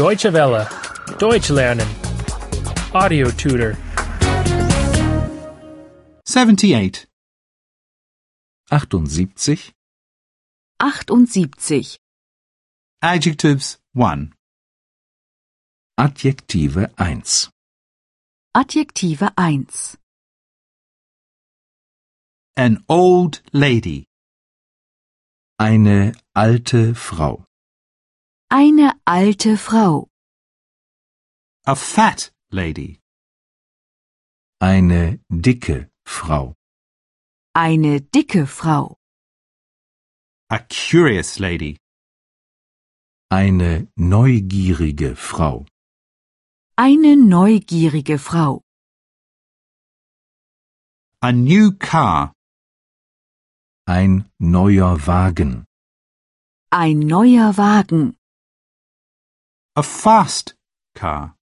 Deutsche Welle. Deutsch lernen. Audio tutor. 78. 78 78. Adjectives 1. Adjektive 1 Adjektive 1. An old lady. Eine alte Frau, Eine alte Frau. A fat lady. eine dicke Frau, Eine dicke Frau. A curious lady. eine neugierige Frau, Eine neugierige Frau. A new car. ein neuer Wagen, Ein neuer Wagen. A fast car.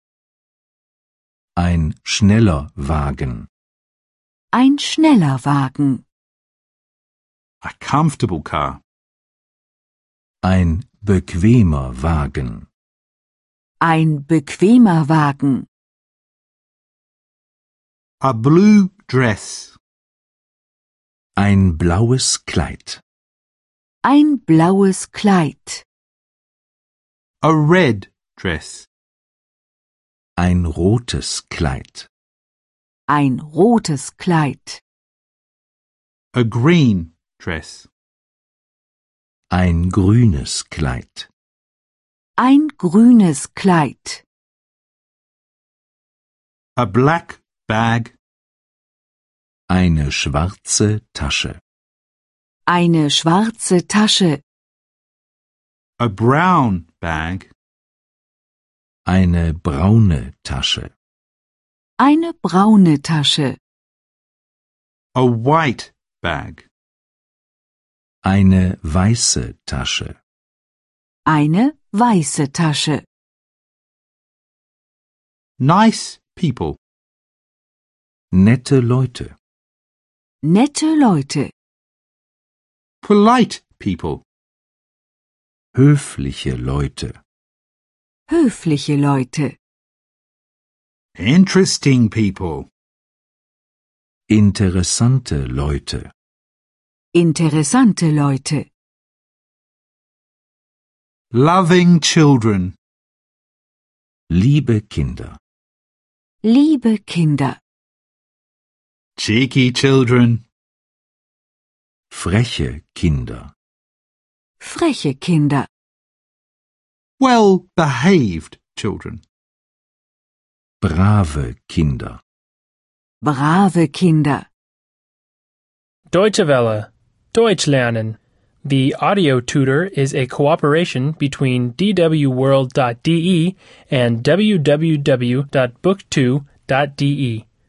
ein schneller Wagen, Ein schneller Wagen. A comfortable car. ein bequemer Wagen, Ein bequemer Wagen. A blue dress. ein blaues Kleid, Ein blaues Kleid. A red dress. ein rotes Kleid, Ein rotes Kleid. A green dress. ein grünes Kleid, Ein grünes Kleid. A black bag. eine schwarze Tasche, Eine schwarze Tasche. A brown bag. eine braune Tasche, Eine braune Tasche. A white bag. eine weiße Tasche, Eine weiße Tasche. Nice people. nette Leute. Nette Leute. Polite people. höfliche Leute, Höfliche Leute. Interesting people. interessante Leute, Interessante Leute. Loving children. liebe Kinder, Liebe Kinder. Cheeky children. freche Kinder, Freche Kinder. Well behaved children. brave Kinder. Brave Kinder. Deutsche Welle. Deutsch lernen. The audio tutor is a cooperation between E dwworld.de and www.book2.de.